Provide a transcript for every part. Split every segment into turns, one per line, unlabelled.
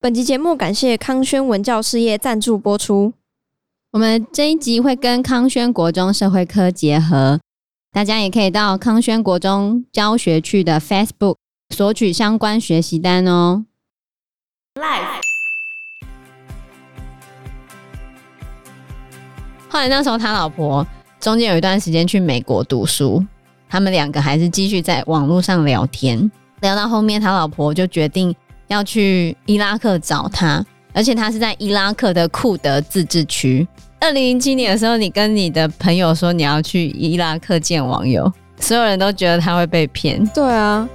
本集节目感谢康轩文教事业赞助播出。
我们这一集会跟康轩国中社会科结合，大家也可以到康轩国中教学区的 Facebook 索取相关学习单哦。后来那时候他老婆中间有一段时间去美国读书，他们两个还是继续在网络上聊天，聊到后面他老婆就决定要去伊拉克找他，而且他是在伊拉克的库德自治区。二零零七年的时候，你跟你的朋友说你要去伊拉克见网友，所有人都觉得他会被骗。
对啊，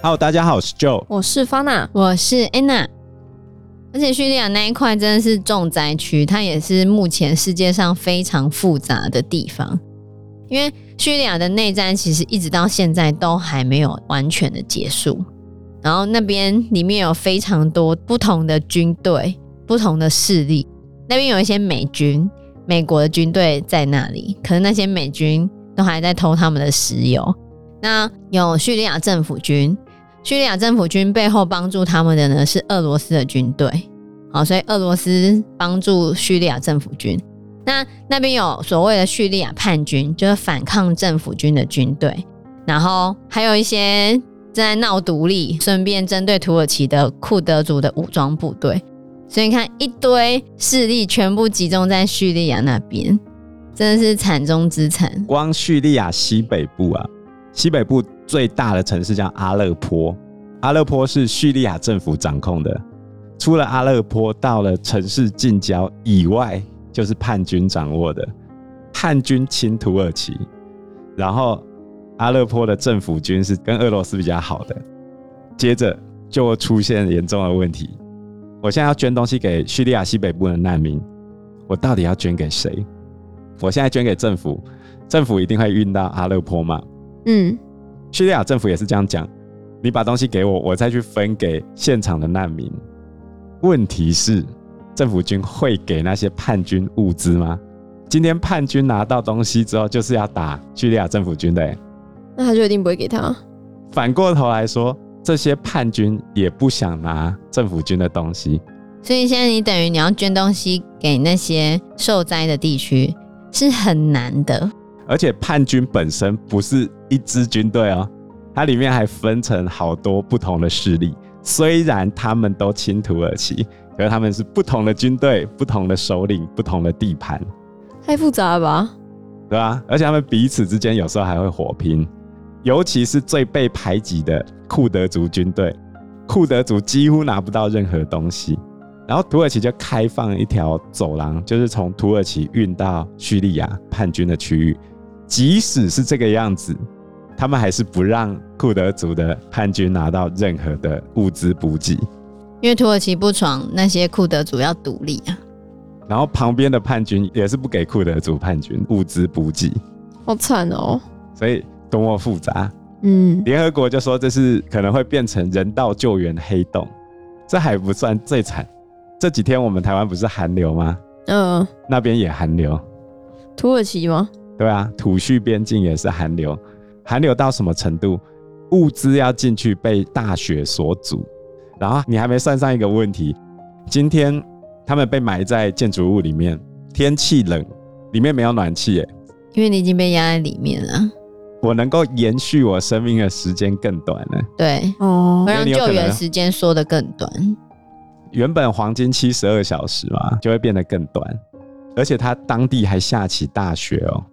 Hello，大家好，我是 Joe。
我是方娜，
我是 Anna。而且叙利亚那一块真的是重灾区，它也是目前世界上非常复杂的地方。因为叙利亚的内战其实一直到现在都还没有完全的结束，然后那边里面有非常多不同的军队、不同的势力，那边有一些美军，美国的军队在那里，可是那些美军都还在偷他们的石油。那有叙利亚政府军，叙利亚政府军背后帮助他们的呢是俄罗斯的军队，好，所以俄罗斯帮助叙利亚政府军。那那边有所谓的叙利亚叛军，就是反抗政府军的军队，然后还有一些正在闹独立，顺便针对土耳其的库德族的武装部队。所以你看，一堆势力全部集中在叙利亚那边，真的是惨中之惨。
光叙利亚西北部啊，西北部最大的城市叫阿勒颇，阿勒颇是叙利亚政府掌控的。除了阿勒颇，到了城市近郊以外，就是叛军掌握的。叛军亲土耳其，然后阿勒颇的政府军是跟俄罗斯比较好的。接着就会出现严重的问题。我现在要捐东西给叙利亚西北部的难民，我到底要捐给谁？我现在捐给政府，政府一定会运到阿勒颇嘛？
嗯，
叙利亚政府也是这样讲：你把东西给我，我再去分给现场的难民。问题是，政府军会给那些叛军物资吗？今天叛军拿到东西之后，就是要打叙利亚政府军的欸、
那他就一定不会给他。
反过头来说，这些叛军也不想拿政府军的东西，
所以现在你等于你要捐东西给那些受灾的地区是很难的。
而且叛军本身不是一支军队哦，它里面还分成好多不同的势力。虽然他们都亲土耳其，可是他们是不同的军队、不同的首领、不同的地盘，
太复杂了吧？
对吧？而且他们彼此之间有时候还会火拼，尤其是最被排挤的库德族军队，库德族几乎拿不到任何东西。然后土耳其就开放一条走廊，就是从土耳其运到叙利亚叛军的区域。即使是这个样子，他们还是不让库德族的叛军拿到任何的物资补给。
因为土耳其不爽那些库德族要独立啊，
然后旁边的叛军也是不给库德族叛军物资补给，
好惨哦。
所以多么复杂。
嗯，
联合国就说这是可能会变成人道救援黑洞，这还不算最惨。这几天我们台湾不是寒流吗？
呃，
那边也寒流，
土耳其吗？
对啊，土叙边境也是寒流。寒流到什么程度？物资要进去被大雪所阻，然后你还没算上一个问题，今天他们被埋在建筑物里面，天气冷，里面没有暖气耶，
因为你已经被压在里面了。
我能够延续我生命的时间更短了。
对，
哦
会让
你有可
救
能
援时间缩得更短。
原本黄金七十二小时嘛，就会变得更短，而且它当地还下起大雪哦。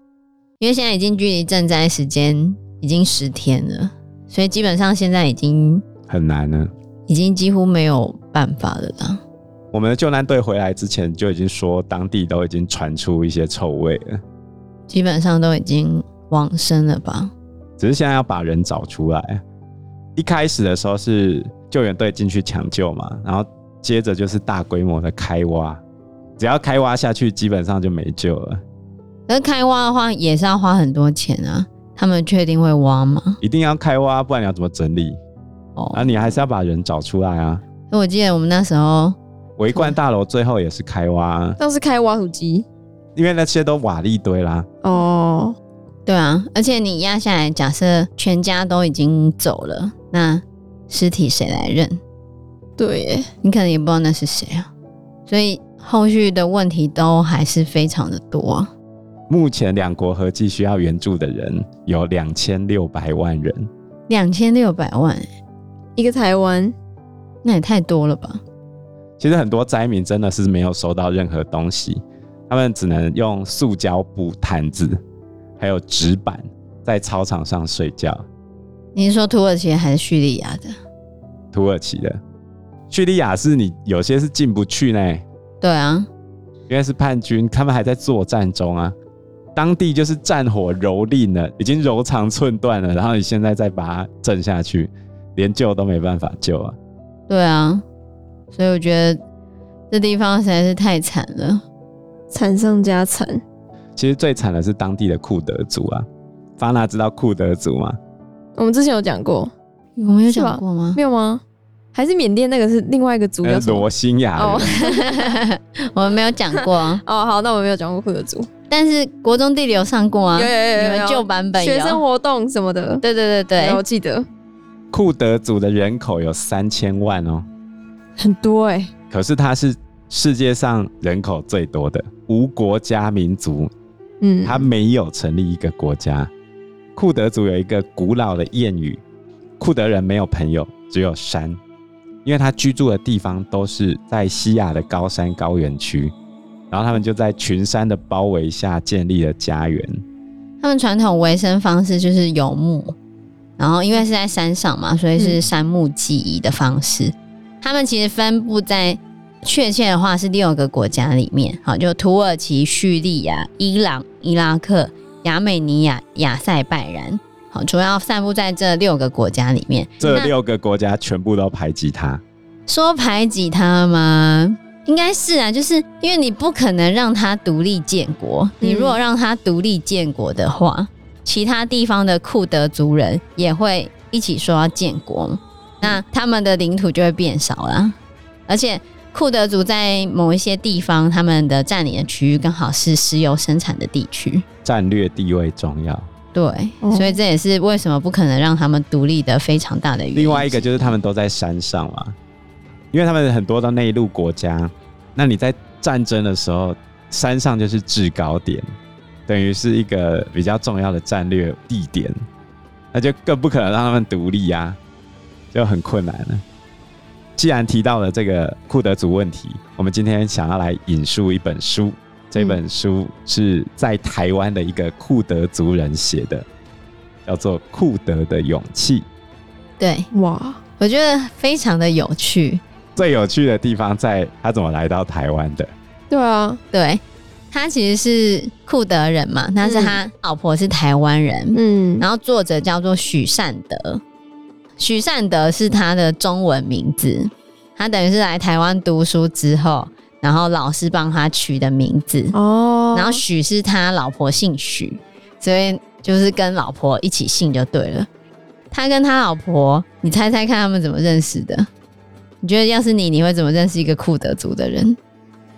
因为现在已经距离赈灾时间已经十天了，所以基本上现在已经
很难啊呢。
已经几乎没有办法了啦。
我们的救难队回来之前就已经说，当地都已经传出一些臭味了，
基本上都已经往生了吧？
只是现在要把人找出来。一开始的时候是救援队进去抢救嘛，然后接着就是大规模的开挖，只要开挖下去，基本上就没救了。
可是开挖的话也是要花很多钱啊，他们确定会挖吗？
一定要开挖，不然你要怎么整理？
哦，
啊，你还是要把人找出来啊！
我记得我们那时候
维冠大楼最后也是开挖啊、
那是开挖土机
因为那些都瓦砾堆啦，
哦。
对啊，而且你压下来，假设全家都已经走了，那尸体谁来认？
对耶，
你可能也不知道那是谁啊。所以后续的问题都还是非常的多啊、
目前两国合计需要援助的人有两千六百万人，
两千六百万、
一个台湾，
那也太多了吧？
其实很多灾民真的是没有收到任何东西，他们只能用塑胶布毯子，还有纸板在操场上睡觉。
你是说土耳其还是叙利亚的？
土耳其的叙利亚是你有些是进不去呢，
对啊，
因为是叛军，他们还在作战中啊。当地就是战火蹂躏了，已经柔肠寸断了，然后你现在再把它震下去，连救都没办法救啊。
对啊，所以我觉得这地方实在是太惨了。
惨上加惨。
其实最惨的是当地的库德族啊。法娜知道库德族吗？
我们之前有讲过，
我们有
是吧
讲过吗？
没有吗？还是缅甸那个是另外一个族叫
呃
嗯什么？
罗兴亚人。
哦
我们没有讲过，啊
哦，好，那我没有讲过库德族，
但是国中地理有上过啊，
有有有有
你们
有
旧版本有
学生活动什么的，
对对对
有我
对，
记得
库德族的人口有三千万哦，
很多
欸
哎、
可是它是世界上人口最多的无国家民族，
嗯，
它没有成立一个国家。库德族有一个古老的谚语：库德人没有朋友，只有山，因为他居住的地方都是在西亚的高山高原区，然后他们就在群山的包围下建立了家园。
他们传统维生方式就是游牧，然后因为是在山上嘛，所以是
嗯
山木记忆的方式。他们其实分布在确切的话是六个国家里面，好，就土耳其、叙利亚、伊朗、伊拉克、亚美尼亚、亚塞拜然，好，主要散布在这六个国家里面。
这
那
六个国家全部都排挤他。
说排挤他吗？应该是啊，就是因为你不可能让他独立建国。
嗯
你如果让他独立建国的话，其他地方的库德族人也会一起说要建国，
嗯
那他们的领土就会变少啦。而且库德族在某一些地方，他们的占领的区域刚好是石油生产的地区，
战略地位重要。
对，
哦
所以这也是为什么不可能让他们独立的非常大的原因。
另外一个就是他们都在山上嘛，因为他们很多都内陆国家，那你在战争的时候，山上就是制高点，等于是一个比较重要的战略地点，那就更不可能让他们独立啊，就很困难了。既然提到了这个库德族问题，我们今天想要来引述一本书，这本书是在台湾的一个库德族人写的，叫做《库德的勇气》。
对
嗯哇，
我觉得非常的有趣。
最有趣的地方在他怎么来到台湾的。
对啊，
对，他其实是库德人嘛，但是他老婆是台湾人，
嗯，
然后作者叫做许善德，许善德是他的中文名字，他等于是来台湾读书之后，然后老师帮他取的名字，
哦，
然后许是他老婆姓许，所以就是跟老婆一起姓就对了。他跟他老婆，你猜猜看他们怎么认识的？你觉得要是你，你会怎么认识一个库德族的人？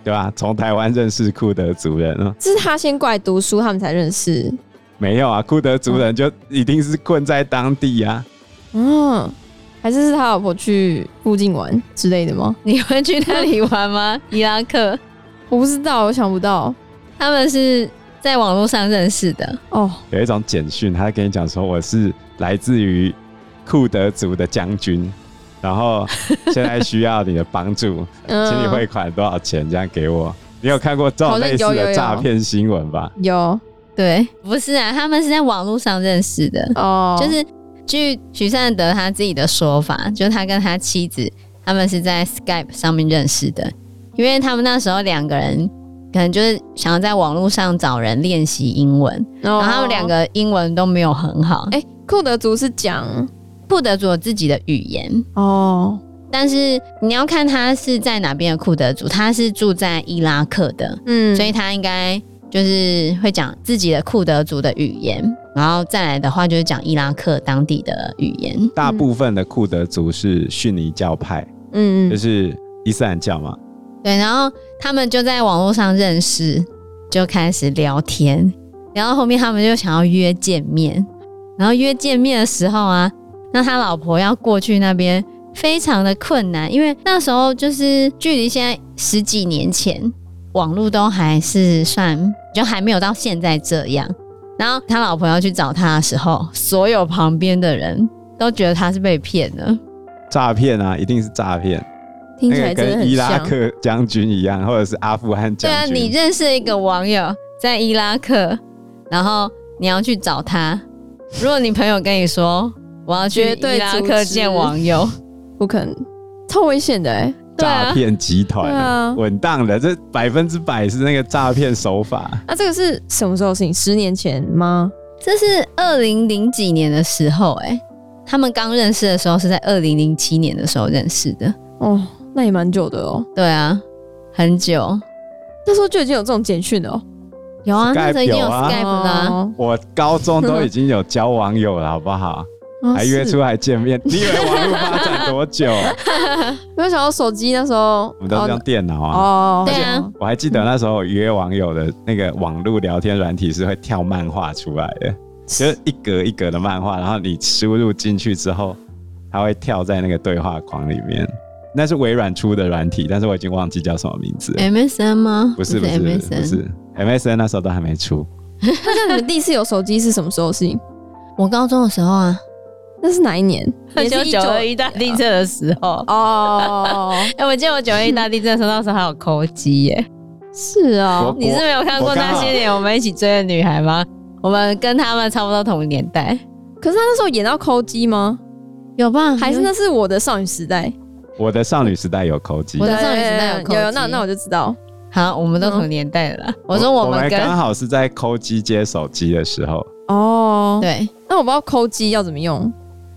对吧、从台湾认识库德族人啊？
这是他先过来读书，他们才认识，
没有啊，库德族人就一定是困在当地啊。
嗯，还是是他老婆去附近玩之类的吗？
你会去那里玩吗？伊拉克，
我不知道，我想不到
他们是在网络上认识的，
哦，
有一种简讯，他跟你讲说我是来自于库德族的将军，然后 现在需要你的帮助，
嗯
请你汇款多少钱这样给我。你有看过这种
好像
类似
有有
的
有
诈骗新闻吧？
有
对，不是啊，他们是在网络上认识的，
哦，
就是据许善德他自己的说法，就是他跟他妻子他们是在 Skype 上面认识的，因为他们那时候两个人可能就是想要在网络上找人练习英文，
然
然后他们两，个英文都没有很好，
哎、哦库德族是讲
不得着自己的语言，
哦，
但是你要看他是在哪边的库德族，他是住在伊拉克的，
嗯，
所以他应该就是会讲自己的库德族的语言，然后再来的话就是讲伊拉克当地的语言。
大部分的库德族是逊尼教派，
嗯
就
嗯，
是伊斯兰教嘛。
对，然后他们就在网络上认识，就开始聊天，然后后面他们就想要约见面，然后约见面的时候啊，那他老婆要过去那边非常的困难，因为那时候就是距离现在十几年前，网络都还是算就还没有到现在这样。然后他老婆要去找他的时候，所有旁边的人都觉得他是被骗的。
诈骗啊，一定是诈骗。
听起
那
来
个
真的
跟
很
伊拉
像。
克将军一样，或者是阿富汗
对啊，
将
你
军，
认识一个网友在伊拉克，然后你要去找他。如果你朋友跟你说我要去
绝对
伊拉
阻
克
止
见网友，
不可能，超危险的哎、
对啊
诈骗集团
对
啊
啊
稳当的，这百分之百是那个诈骗手法。
那、这个是什么时候的事情？十年前吗？
这是二零零几年的时候、哎，他们刚认识的时候是在二零零七年的时候认识的。
哦，那也蛮久的哦。
对啊，很久
那时候就已经有这种简讯了哦、
有啊，
Skype
那时候已经有
有啊
Skype 啦、
哦
我高中都已经有交网友了，好不好？
哦
还约
是
出来见面，你以为网络发展多久？啊
没有想到手机那时候，
我们都是用电脑啊。
哦，
对啊
而且
我还记得那时候约网友的那个网络聊天软体是会跳漫画出来的，就是一格一格的漫画，然后你输入进去之后，它会跳在那个对话框里面。那是微软出的软体，但是我已经忘记叫什么名字了。
MSN 吗？
不是不
不
是不
MSN，
是 MSN 那时候都还没出，
那你们第一次有手机是什么时候的事情？
我高中的时候啊，
那是哪一年？也是19
大地震的时候。
哦，
哎、我记得我九一大地震的时候，那时候还有抠机耶。
是啊
我，
你是没有看过
我刚好
那些年我们一起追的女孩吗？我们跟她们差不多同年代，
可是他那时候演到抠机吗？
有吧？
还是那是我的少女时代？
我的少女时代有扣机
我。的少女时代有
对
抠机
有有，那那我就知道。
好，我们都同年代了啦。我说我们跟
刚好是在扣机接手机的时候，
哦，
对
那我不知道抠机要怎么用。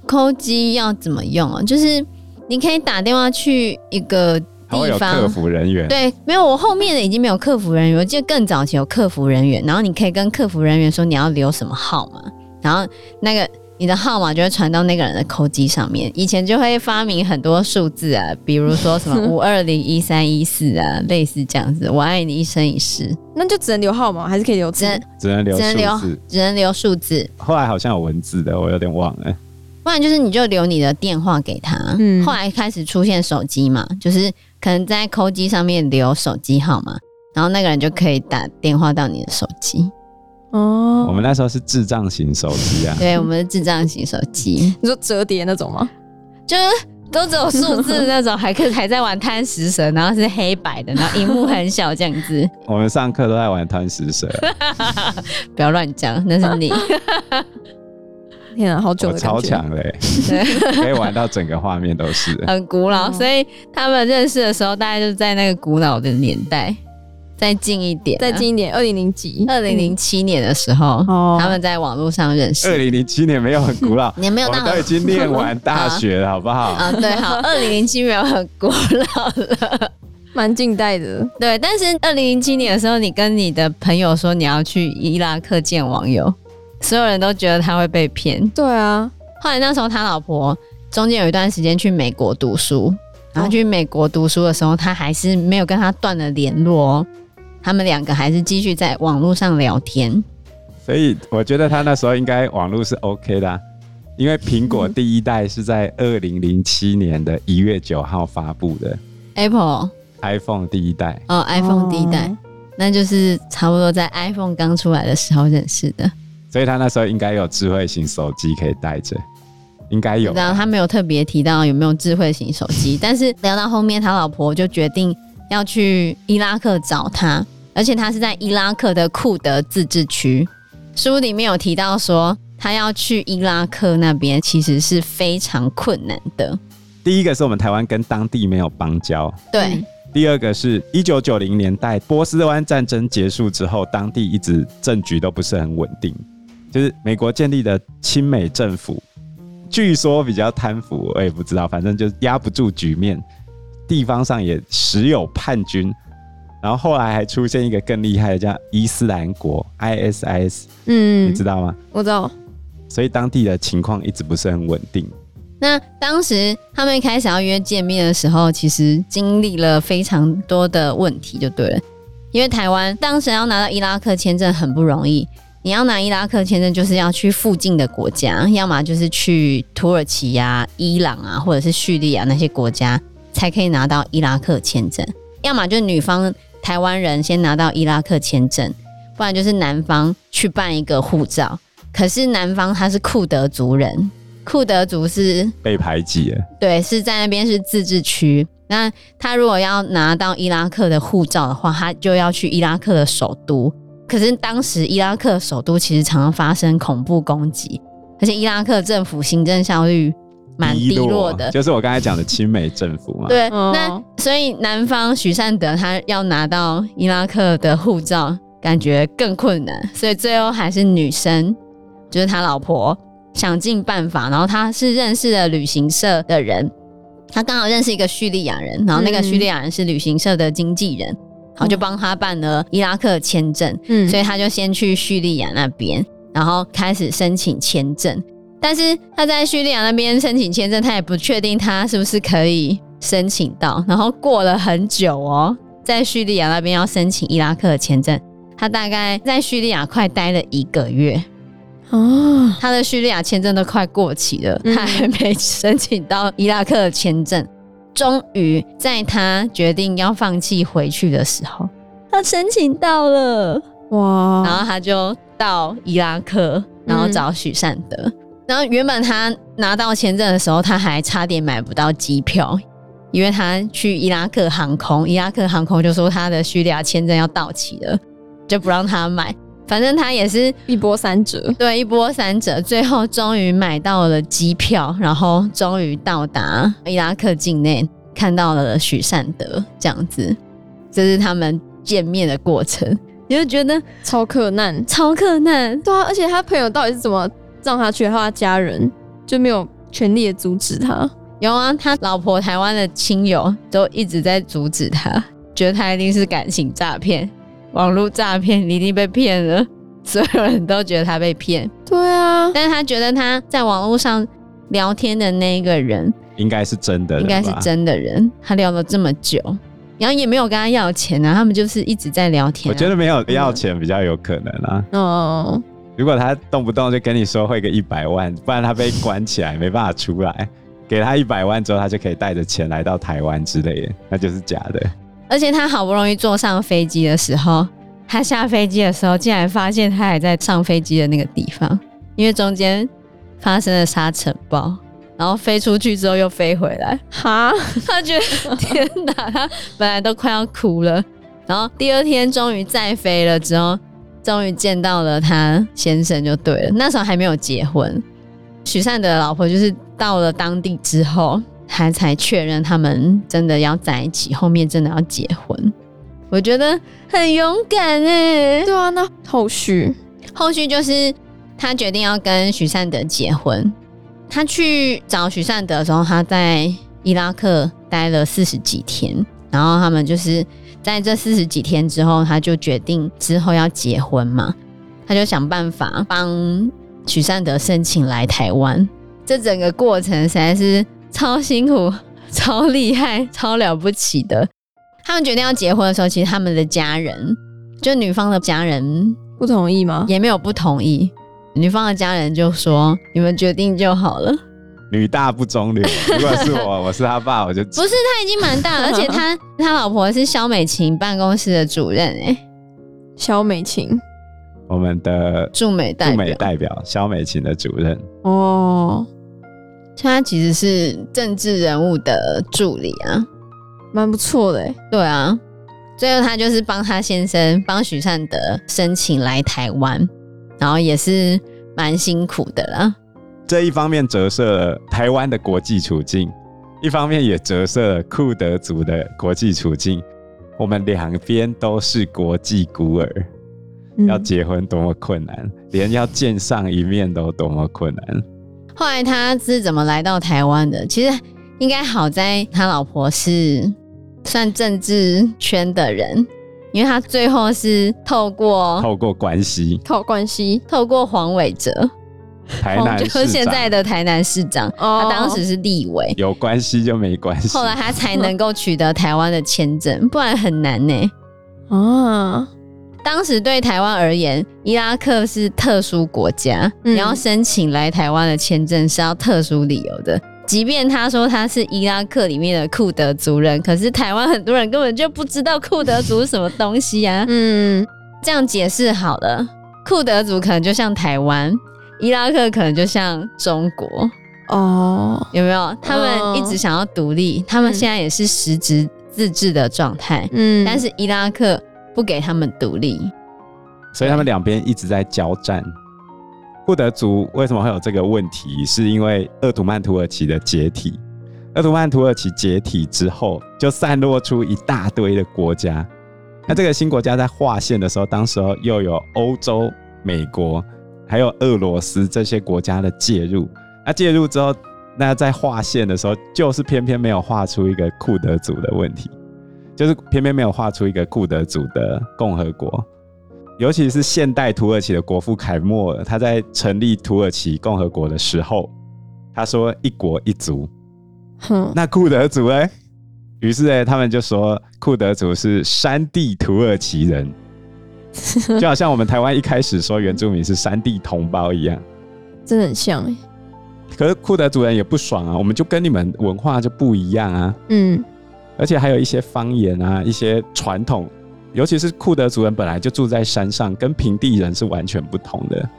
抠机要怎么用啊？就是你可以打电话去一个
还会
地
有客
方。
服人员。
对，没有，我后面的已经没有客服人员，我记得更早期有客服人员，然后你可以跟客服人员说你要留什么号码，然后那个你的号码就会传到那个人的扣机上面。以前就会发明很多数字 啊，比如说什么五二零一三一四啊，类似这样子。我爱你一生一世，啊
那就只能留号码，还是可以留字
只能
只能留
只能
数
留
字。
只能留数字，
后来好像有文字的，我有点忘了。
不然就是你就留你的电话给他。
嗯
后来开始出现手机嘛，就是可能在扣机上面留手机号码，然后那个人就可以打电话到你的手机。，
我
哦。
们那时候是智障型手机啊
对，我们的智障型手机
你说折叠那种吗？
就是都只有数字那种，还可还在玩贪食蛇，然后是黑白的，然后荧幕很小这样子。
我们上课都在玩贪食 蛇，
不要乱讲，那是你。
天啊，好久
我
的
哦超
感觉。
强嘞、
对
可以玩到整个画面都是。
很古老，
哦
嗯
所以他们认识的时候，大概就是在那个古老的年代，再近一点、啊
再，近一点，二零零几，
二零零七年的时候，
哦
他们在网络上认识，
嗯 二。零零七年没有很古老
你没有
我
到
们都
很
已经 念完大学了，好不好？
啊，对，好，二零零七没有很古老 了，
嗯蛮近代的。
对，但是二零零七年的时候，你跟你的朋友说你要去伊拉克见网友，所有人都觉得他会被骗。
对啊，
后来那时候他老婆中间有一段时间去美国读书，然后去美国读书的时候，他还是没有跟他断了联络哦，他们两个还是继续在网络上聊天。
所以我觉得他那时候应该网络是 OK 的啊、因为苹果第一代是在二零零七年的一月九号发布的
Apple
iPhone 第一代，
哦，iPhone 第一代，
哦
那就是差不多在 iPhone 刚出来的时候认识的。
所以他那时候应该有智慧型手机可以带着，应该有吧。
然后他没有特别提到有没有智慧型手机，但是聊到后面，他老婆就决定要去伊拉克找他，而且他是在伊拉克的库德自治区。书里面有提到说，他要去伊拉克那边其实是非常困难的。
第一个是我们台湾跟当地没有邦交，
对，
第二个是一九九零年代波斯湾战争结束之后，当地一直政局都不是很稳定，就是美国建立的亲美政府，据说比较贪腐，我也不知道，反正就压不住局面，地方上也时有叛军。然后后来还出现一个更厉害的，叫伊斯兰国 （ISIS），、
嗯
你知，道吗？
我知道，
所以当地的情况一直不是很稳定。
那当时他们一开始要约见面的时候，其实经历了非常多的问题，就对了。因为台湾当时要拿到伊拉克签证很不容易，你要拿伊拉克签证，就是要去附近的国家，要么就是去土耳其呀、伊朗啊，或者是叙利亚那些国家才可以拿到伊拉克签证；要么就是女方台湾人先拿到伊拉克签证，不然就是男方去办一个护照。可是男方他是库德族人，库德族是
被排挤了。
对，是在那边是自治区。那他如果要拿到伊拉克的护照的话，他就要去伊拉克的首都。可是当时伊拉克首都其实常常发生恐怖攻击，而且伊拉克政府行政效率蛮低落啊的。
就是我刚才讲的亲美政府嘛。
对，
哦
那嗯所以南方许善德他要拿到伊拉克的护照，感觉更困难，所以最后还是女生，就是他老婆想尽办法，然后他是认识了旅行社的人，他刚好认识一个叙利亚人，然后那个
嗯
叙利亚人是旅行社的经纪人，然后就
哦
帮他办了伊拉克签证，
嗯
所以他就先去叙利亚那边，然后开始申请签证。但是他在叙利亚那边申请签证，他也不确定他是不是可以申请到。然后过了很久哦，在叙利亚那边要申请伊拉克的签证，他大概在叙利亚快待了一个月，
啊，
他的叙利亚签证都快过期了，
嗯
他还没申请到伊拉克的签证。终于在他决定要放弃回去的时候，他申请到了。然
哇，
后他就到伊拉克，然后找许善德。然后原本他拿到签证的时候，他还差点买不到机票，因为他去伊拉克航空，伊拉克航空就说他的叙利亚签证要到期了，就不让他买。反正他也是
一波三折，
对一波三折，最后终于买到了机票，然后终于到达伊拉克境内，看到了许善德这样子，这是他们见面的过程。你就觉得
超克难。
超困难，
对啊，而且他朋友到底是怎么让他去？还有他家人就没有权利的阻止他。
有啊，他老婆台湾的亲友都一直在阻止他，觉得他一定是感情诈骗、网络诈骗，你一定被骗了。所有人都觉得他被骗，
对啊，
但是他觉得他在网络上聊天的那一个人
应该是真的人
应
吧，
该是真的人，他聊了这么久，然后也没有跟他要钱啊，他们就是一直在聊天、
我
啊。
觉得没有要钱比较有可能啊。
哦，
如果他动不动就跟你说汇个一百万，不然他被关起来没办法出来。给他一百万之后，他就可以带着钱来到台湾之类的，那就是假的。
而且他好不容易坐上飞机的时候，他下飞机的时候竟然发现他还在上飞机的那个地方，因为中间发生了沙尘暴，然后飞出去之后又飞回来，
哈，
他觉得天哪，他本来都快要哭了。然后第二天终于再飞了之后，终于见到了他先生就对了。那时候还没有结婚，许善德的老婆就是到了当地之后，还才确认他们真的要在一起，后面真的要结婚。我觉得很勇敢哎、
对啊，那后续
后续就是他决定要跟许善德结婚。他去找许善德的时候，他在伊拉克待了四十几天，然后他们就是在这四十几天之后，他就决定之后要结婚嘛，他就想办法帮许善德申请来台湾。这整个过程实在是超辛苦、 超厉害、超了不起的。他们决定要结婚的时候，其实他们的家人，就女方的家人
不同意吗？
也没有不同意。女方的家人就说：“你们决定就好了。
女大不 中留，如果是我，我是他爸，我就
不是，他已经蛮大 了，而且他他老婆是肖美琴办公室的主任、欸，哎，
肖美琴
我们的
驻美代
驻
表
美。代表肖美琴的主任，
哦，
所以他其实是政治人物的助理啊。
蛮不错的欸，
对啊，最后他就是帮他先生帮许善德申请来台湾，然后也是蛮辛苦的啦。
这一方面折射了台湾的国际处境，一方面也折射了库德族的国际处境。我们两边都是国际孤儿，
嗯
要结婚多么困难，连要见上一面都多么困难。
后来他是怎么来到台湾的？其实应该好在他老婆是算政治圈的人，因为他最后是透过
透过关系，
靠关系
透过黄伟哲，
台南
哦就是
市
现在
长
的台南市长，
哦
他当时是立委，
有关系就没关系
后。来他才能够取得台湾的签证，不然很难呢、
啊，
当时对台湾而言，伊拉克是特殊国家，
嗯
你要申请来台湾的签证是要特殊理由的。即便他说他是伊拉克里面的库德族人，可是台湾很多人根本就不知道库德族是什么东西呀、
嗯，
这样解释好了，库德族可能就像台湾，伊拉克可能就像中国，
哦，
有没有？他
哦
们一直想要独立，他们现在也是实质自治的状态，
嗯，
但是伊拉克不给他们独立，
所以他们两边一直在交战。库德族为什么会有这个问题？是因为鄂图曼土耳其的解体。鄂图曼土耳其解体之后，就散落出一大堆的国家。那这个新国家在划线的时候，当时候又有欧洲、美国，还有俄罗斯这些国家的介入。那介入之后，那在划线的时候，就是偏偏没有画出一个库德族的问题，就是偏偏没有画出一个库德族的共和国。尤其是现代土耳其的国父凯末尔，他在成立土耳其共和国的时候，他说“一国一族
哼”，，
那库德族呢？于是呢，他们就说库德族是山地土耳其人，就好像我们台湾一开始说原住民是山地同胞一样。
真的很像哎，
可是库德族人也不爽啊，我们就跟你们文化就不一样啊。
嗯
而且还有一些方言啊，一些传统，尤其是库德族人本来就住在山上，跟平地人是完全不同的。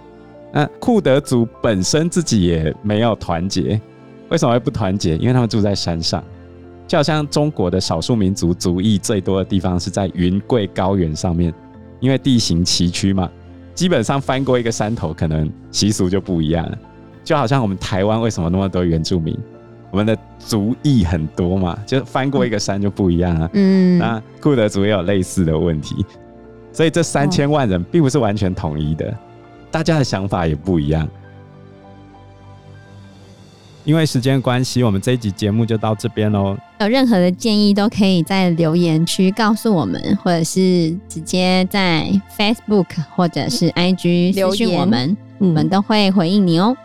那库德族本身自己也没有团结，为什么会不团结？因为他们住在山上，就好像中国的少数民族族裔最多的地方是在云贵高原上面，因为地形崎岖嘛，基本上翻过一个山头，可能习俗就不一样了。就好像我们台湾为什么那么多原住民，我们的族裔很多嘛，就翻过一个山就不一样啊。
嗯，
那库德族也有类似的问题，所以这三千万人并不是完全统一的，大家的想法也不一样。因为时间关系，我们这一集节目就到这边喽。
有任何的建议都可以在留言区告诉我们，或者是直接在 Facebook 或者是
嗯
IG
留
私讯
言
我们，我
我
们都会回应你哦。
嗯